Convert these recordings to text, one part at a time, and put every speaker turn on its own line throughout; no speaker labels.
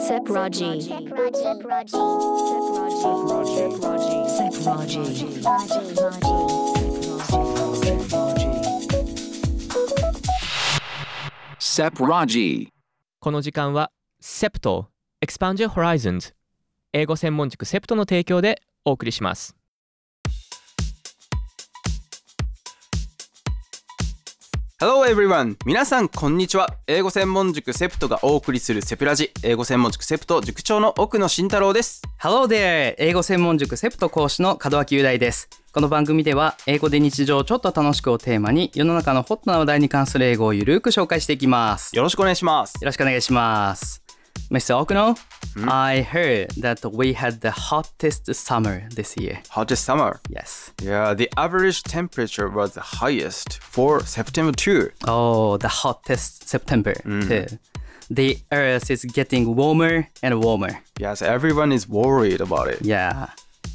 Sepraji. Sepraji. Sepraji.
Sepraji.
この時間は SEPT Expand Your Horizons 英語専門塾 SEPT の提供でお送りします
ハローエブリワン皆さんこんにちは英語専門塾セプトがお送りするセプラジ英語専門塾セプト塾長の奥野慎太郎です
Hello there! 英語専門塾セプト講師の門脇雄大です。この番組では、英語で日常をちょっと楽しくをテーマに、世の中のホットな話題に関する英語をゆるく紹介していきます。よ
よろしくお願いします
ろしくお願いします。Mr. Okuno, I heard that we had the hottest summer this year.
Hottest summer
Yes.
Yeah the average temperature was the highest for September 2
Oh, the hottest September too. The earth is getting warmer and warmer.
Yes everyone is worried about it
Yeah.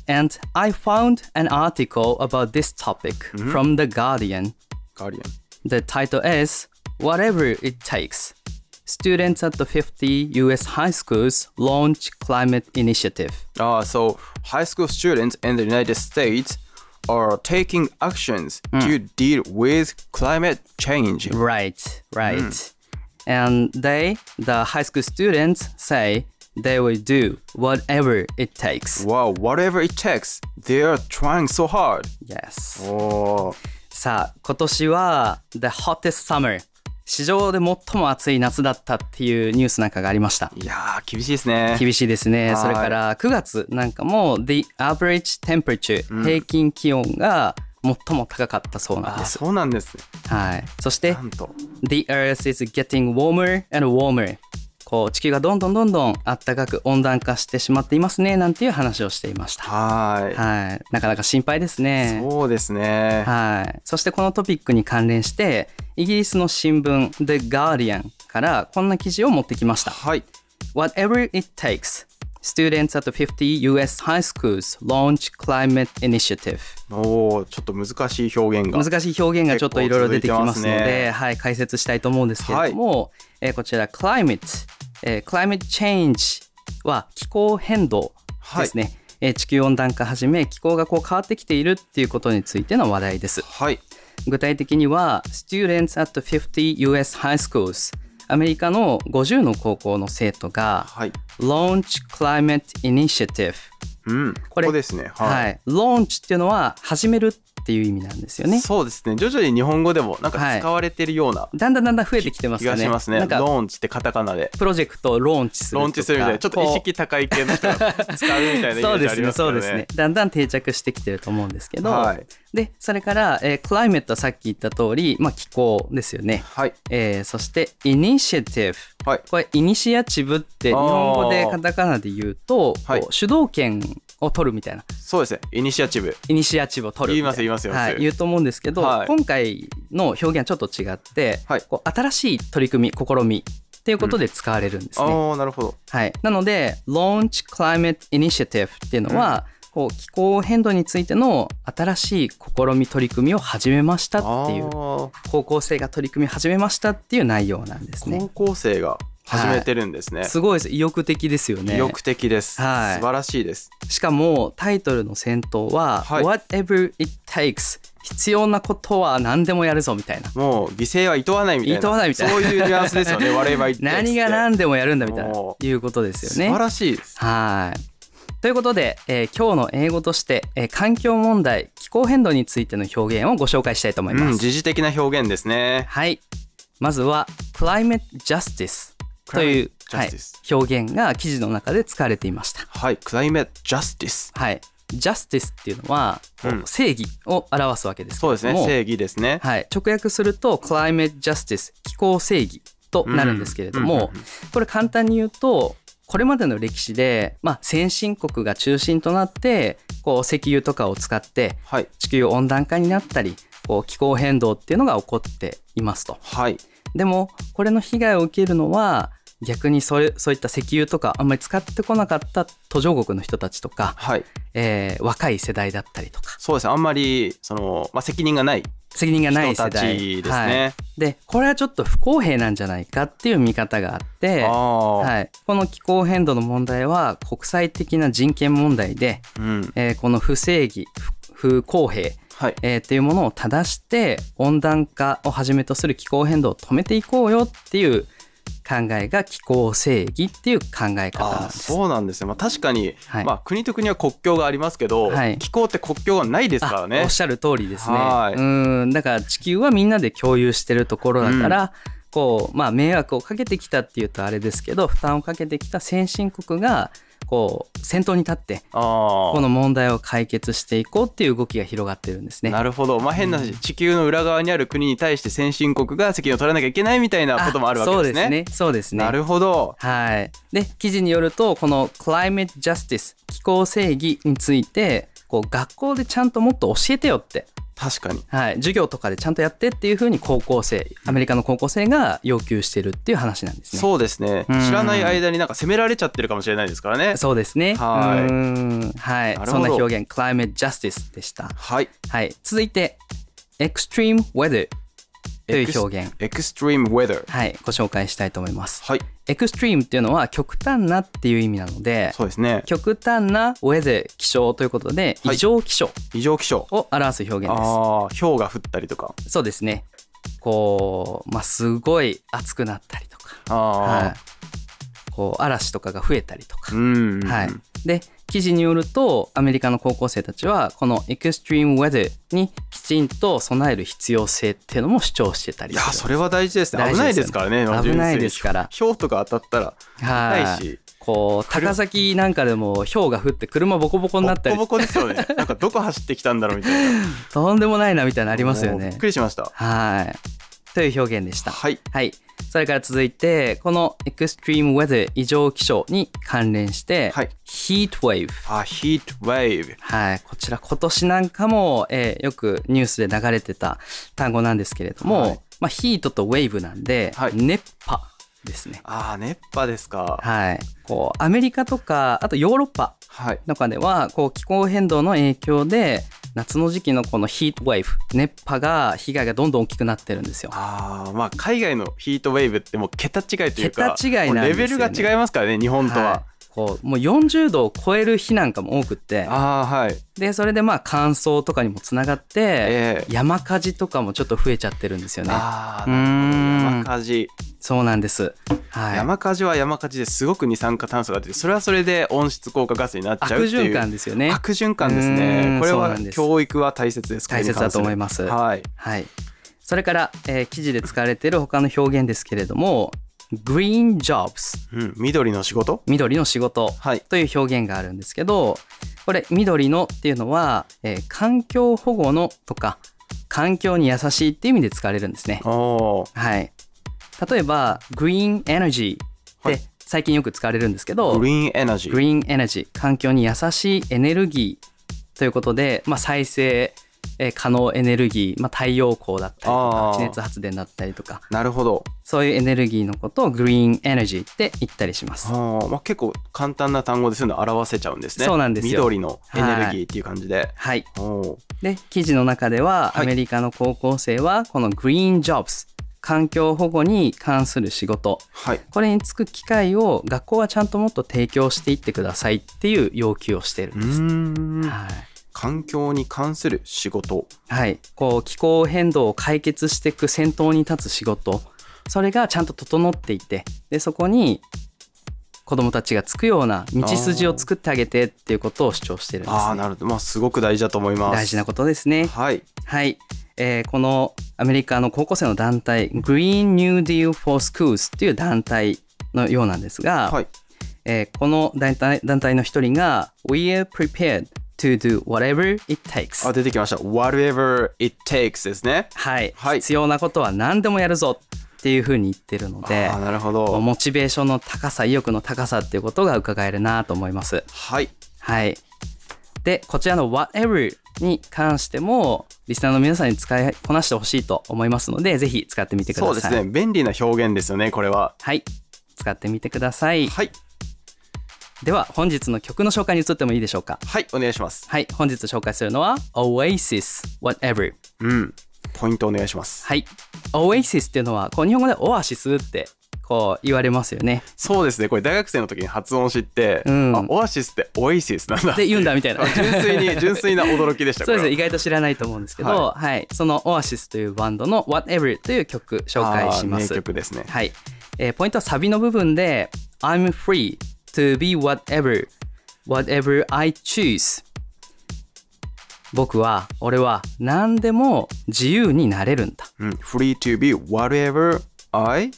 And I found an article about this topic from The Guardian.
Guardian
The title is Whatever It Takes. Students at the 50 US high schools launch climate initiative.
Ah, so high school students in the United States are taking actions to deal with climate change
Right, right. And they, the high school students, say they will do whatever it takes.
Wow whatever it takes they are trying so hard
Yes.
おー
さあ今年は The Hottest Summer 史上で最も暑い夏だったっていうニュースなんかがありました
いやー厳しいです ね
厳しいですね
はい
それから9月なんかも The Average Temperature、平均気温が最も高かったそうなん
あ
です
そうなんですね
はいそして
なんと
The Earth is getting warmer and warmer こう地球がどんどんどんどん暖かく温暖化してしまっていますねなんていう話をしていました
はーい
はいなかなか心配ですね
そうですね
はい、そしてこのトピックに関連してイギリスの新聞 The Guardian からこんな記事を持ってきました
はい
Whatever it takes Students at 50 US high schools launch climate initiative
おおちょっと難しい表現が
難しい表現がちょっといろいろ出てきますので
結構続いてますね
はい、解説したいと思うんですけれども、えーこちら Climate、えー Climate Change は気候変動ですね、えー地球温暖化はじめ気候がこう変わってきているっていうことについての話題です
はい
具体的には Students at 50 US High Schools アメリカの50の高校の生徒が
はい
Launch Climate Initiative
うん
こ
こ
れ
こですね
はい、Launch っていうのは始めるっていう意味なんですよね
そうですね徐々に日本語でもな
は
んか
い
使われてるような
だんだんだんだん増えてきてます
気
か
が
ね
しますね
なん
ロ
か
ーンチってカタカナで
プロジェクトをローンチする
ローンチするみたいなちょっと意
こ
識高い系の人が 使うみたいな
う
イメ
そう
ージ
で
あ
す
り
ね
ますか
そ
ら
うですねだんだん定着してきてると思うんですけど、
はい
でそれから、えー、クライメットはさっき言った通りまあ気候ですよね
はい
えーそしてイニシアティブ
はい
これイニシアチブって日本語でカタカナで言うと
はい
こう主導権を取るみたいな
そうですねイニシアチブ
イニシアチブを取るみたいな
言います言います
は
言います
い、言うと思うんですけど、
はい
今回の表現はちょっと違って、
はい
こう新しい取り組み試みっていうことで使われるんですね。
ああなるほど
はい、なので Launch Climate Initiative っていうのは、こう気候変動についての新しい試み取り組みを始めました
あ
っていう
ー
高校生が取り組み始めましたっていう内容なんですね
高。校生が始めてるんですね
すごいです意欲的ですよね
意欲的です素
はい
晴らしいです
しかもタイトルの先頭は「
はい
Whatever it takes」必要なことは何でもやるぞみたいな
もう犠牲はいとわないみたいな。
いとわないみたいな
そういうニュアンスで すよね。我々は言って。
何が何でもやるんだみたいな
お
いうことですよ
素
ね
晴。らしいです。
はいということで、えー今日の英語として、えー環境問題気候変動についての表現をご紹介したいと思い
うん、
ます。
時事的な表現ですね。
はいまずは「Climate Justice」という、
Climate
はい
Justice
表現が記事の中で使われていました。
はい、クライメットジャスティス。
はい、ジャスティスっていうのは、こう
うん
正義を表すわけですけ
そう
れ
です
ど
ね。
も、
正義ですね。
はい、直訳すると Climate Justice 気候正義となるんですけれども、
うん
これ簡単に言うとこれまでの歴史で、まあ、先進国が中心となってこう石油とかを使って
はい。
地球温暖化になったりこう気候変動っていうのが起こっていますと。
はい。
でもこれの被害を受けるのは逆にそれそういった石油とかあんまり使ってこなかった途上国の人たちとか、
はい。
えー若い世代だったりとか
そうですね。あんまり、その、まあ、責任がない
責任がない世
人た
代
ちです
はい、
ね。
でこれはちょっと不公平なんじゃないかっていう見方があって
ああ、
はい、この気候変動の問題は国際的な人権問題で、
うん、
えーこの不正義不不公平、
はい、
えーっていうものを正して温暖化をはじめとする気候変動を止めていこうよっていう考えが気候正義っていう考え方なん
ああ
です。
そうなんですね、まあ、確かに、
はい
まあ、国と国は国境がありますけど、
はい
気候って国境がないですから
あ
ね
おっ。しゃる通りですね。
はい
うん、だから地球はみんなで共有してるところだから、こうまあ迷惑をかけてきたっていうとあれですけど、負担をかけてきた先進国がこう先頭に立って
あ
こ
あ
の問題を解決していこうっていう動きが広がってるんですね。
なるほど、まあ、変な話、地球の裏側にある国に対して先進国が責任を取らなきゃいけないみたいなこともあるわけで
そ
すね。
うですね。そうですね。
なるほど。
はい。で、記事によると、この climate justice 気候正義について、こう学校でちゃんともっと教えてよって、
確かに。
はい、授業とかでちゃんとやってっていうふうに高校生、アメリカの高校生が要求してるっていう話なんですね。
そうですね。
うん
知らない間になんか責められちゃってるかもしれないですからね。
そうですね。
はいう
ーんはい
なるほど
そんな表現、climate justice でした。
はい。
はい。続いて、extreme weather という表現。
エクストリームウェザー。
はい、ご紹介したいと思います。
はい。
エクストリームっていうのは極端なっていう意味なので
そうですね。
極端なウェゼ気象ということで、
はい
異常気象
異常気象。
を表す表現で
ああ、氷が降ったりとか。
すそうですねこうまあすごい暑くなったりとか、
ああ、
はい、こう嵐とかが増えたりとか
う、ん。
はい、で記事によるとアメリカの高校生たちはこのエクストリームウェゼにきちんと備える必要性っていうのも主張してたり
い
す
や、
る
それは大事ですね。
大
危
事
ない
ですよね
ですからね。
危ないですから
ひょひょうとか当たったら
はい
痛いし。
こう高崎なんかでも氷が降って車ボコボコに
ボ
なった
ッ
り
コボコですよね。なんかどこ走ってきたんだろうみたいな。
とんでもないなみ たいなのありますよ
もうび
ね
っ。くりしました。
はい。という表現でした。
はい。
はい。それから続いて、このエクストリームウェザー異常気象に関連して、
はい
ヒートウェーブ。
あ、ヒートウェーブ。
はい。こちら今年なんかも、えーよくニュースで流れてた単語なんですけれども、
はい
まあ、ヒートとウェーブなんで、
はい
熱波ですね。
ああ、熱波ですか。
はい。こう、アメリカとか、あとヨーロッパ
はい。
とかではこう気候変動の影響で夏の時期のこのヒートウェーブ熱波が被害がどんどん大きくなってるんですよ。
ああ、まあ海外のヒートウェーブってもう桁違いというか、
桁違いなんですよね
もうレベルが違いますからね、日本とは。
い、こうもう40度を超える日なんかも多くって
ああ、はい。
でそれでまあ乾燥とかにもつながって、
ええ
山火事とかもちょっと増えちゃってるんですよね。
ああ、
うーん
山火事、
そうなんです。はい、
山火事は山火事ですごく二酸化炭素が出てそれはそれで温室効果ガスになっちゃ
悪
うっていう
循環ですよね。
悪循環です
うー
ね
ん
これ
そう
は
なんです
教育は大切です
大切だと思い
ま
ます。
はい
はい。それから、えー記事で使われている他の表現ですけれども、グリーンジョブス
うん、緑の仕事
緑の仕事
はい
という表現があるんですけどこれ「緑の」っていうのは、えー環境保護のとか環境に優しいっていう意味で使われるんですね。
おお
はい、例えば「グリーンエナジー」
は
っ
い
て最近よく使われるんですけど、
グリーンエナジー
グリーンエナジー環境に優しいエネルギーということで、まあ、再生えー可能エネルギー、まあ、太陽光だったりとか
あー
地熱発電だったりとか
なるほど
そういうエネルギーのことをグリーンエナジーって言ったりします。
あー、まあ、結構簡単な単語でそういうの表せちゃうんですね
そうなんですよ
緑のエネルギーっていう感じで、
はい
おお
で記事の中では、
はい
アメリカの高校生はこのグリーンジョブス環境保護に関する仕事
はい
これにつく機会を学校はちゃんともっと提供していってくださいっていう要求をしている
うん
です。
ーん
はい
環境に関する仕事
はい、こう気候変動を解決していく先頭に立つ仕事それがちゃんと整っていてでそこに子どもたちがつくような道筋を作ってあげてっていうことを主張してるんです、
ああ
ね、
なるほどまあすごく大事だと思います
大事なことですね。
はい
はい、えーこのアメリカの高校生の団体 Green New Deal for Schools っていう団体のようなんですが、
はい
えーこの団体団体の一人が We are prepared to do whatever it
あ
takes
出てきました「whatever it takes」ですね
はい、
はい
必要なことは何でもやるぞっていうふうに言ってるので
ああなるほど
モチベーションの高さ意欲の高さっていうことが伺えるなと思います
はい
はい。で、こちらの whatever に関しても、リスナーの皆さんに使いこなしてほしいと思いますので、ぜひ使ってみてくださ
そ
い。
うですね便利な表現ですよねこれは
はい。使ってみてください。
はい
では、本日の曲の紹介に移ってもいいでしょうか。
はいお願いします
はい。本日紹介するのは Oasis Whatever。
うんポイントお願いします。
はい。Oasis っていうのは、こう日本語でオアシスってこう言われますよね。
そうですね、これ大学生の時に発音知って、
うん
あオアシスってオエシスなんだ。
で、言うんだみたいな。
純粋 に、純粋な驚きでした。
そうですね
こ
意外と知らないと思うんですけど、
は
はいそのオアシスというバンドの「Whatever」という曲
れ
紹
は
介しま
あー名
す。
曲ですね。
はいえーポイントはサビの部分で「I'm free to be whatever whatever I choose」僕は俺は何でも自由になれるんだ。
うん、free to be whatever I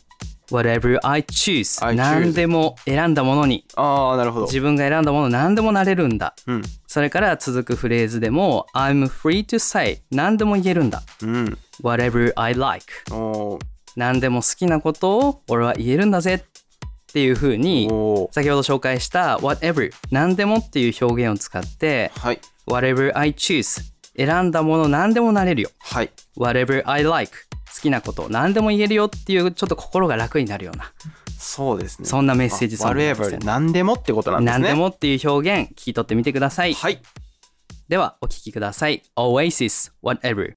Whatever I choose,
I choose
何でも選んだものに
ああ、なるほど。
自分が選んだもの何でもなれるんだ。
うん、
それから続くフレーズでも I'm free to say 何でも言えるんだ。
うん、
Whatever I like
おー
何でも好きなことを俺は言えるんだぜっていう風に
おー
先ほど紹介した whatever 何でもっていう表現を使って
はい、
whatever I choose 選んだもの何でもなれるよ
はい。
whatever I like 好きなこと何でも言えるよっていうちょっと心が楽になるような
そうですね。
そんなメッセージソングなんですよ
whatever 何でもってことなんです
何
ね。
でもっていう表現聞き取ってみてください、
はい。
ではお聞きください Oasis whatever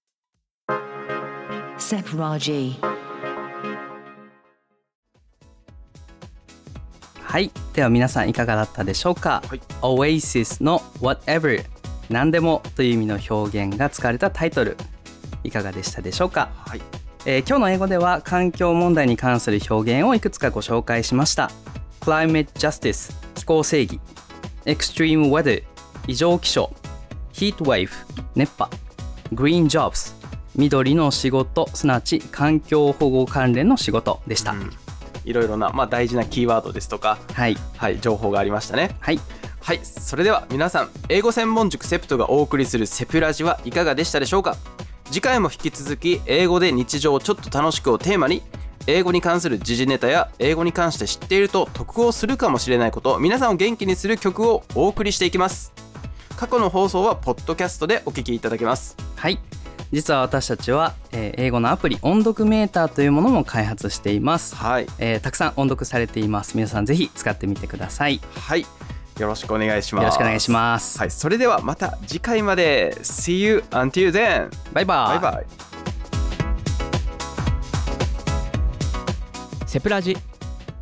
Sepraji.
はいでは皆さんいかがだったでしょうか、
はい
Oasis の「Whatever」何でもという意味の表現が使われたタイトルいかがでしたでしょうか、
はい。
えー今日の英語では環境問題に関する表現をいくつかご紹介しました Climate Justice 気候正義 Extreme Weather 異常気象 Heat Wave 熱波 Green Jobs 緑の仕事すなわち環境保護関連の仕事でした、
いろいろな、まあ、大事なキーワードですとか、
はい
はい、情報がありましたね。
はい
はい、それでは皆さん、英語専門塾セプトがお送りするセプラジはいかがでしたでしょうか次回も引き続き、英語で日常をちょっと楽しくをテーマに、英語に関する時事ネタや英語に関して知っていると得をするかもしれないこと、皆さんを元気にする曲をお送りしていきます。過去の放送はポッドキャストでお聞きいただけます。
はい実は私たちは、えー英語のアプリ音読メーターというものも開発しています、
はい、
えーたくさん音読されています皆さんぜひ使ってみてくださいよ
はい、よろしくお願いします。
ろしくお願いします、
はい、それではまた次回まで See you until then!
バイバ
バ
イ
イバイ
セプラジ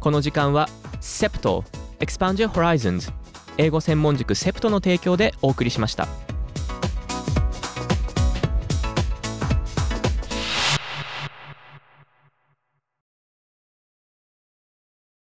この時間はセプト Expand Your Horizons 英語専門塾セプトの提供でお送りしました。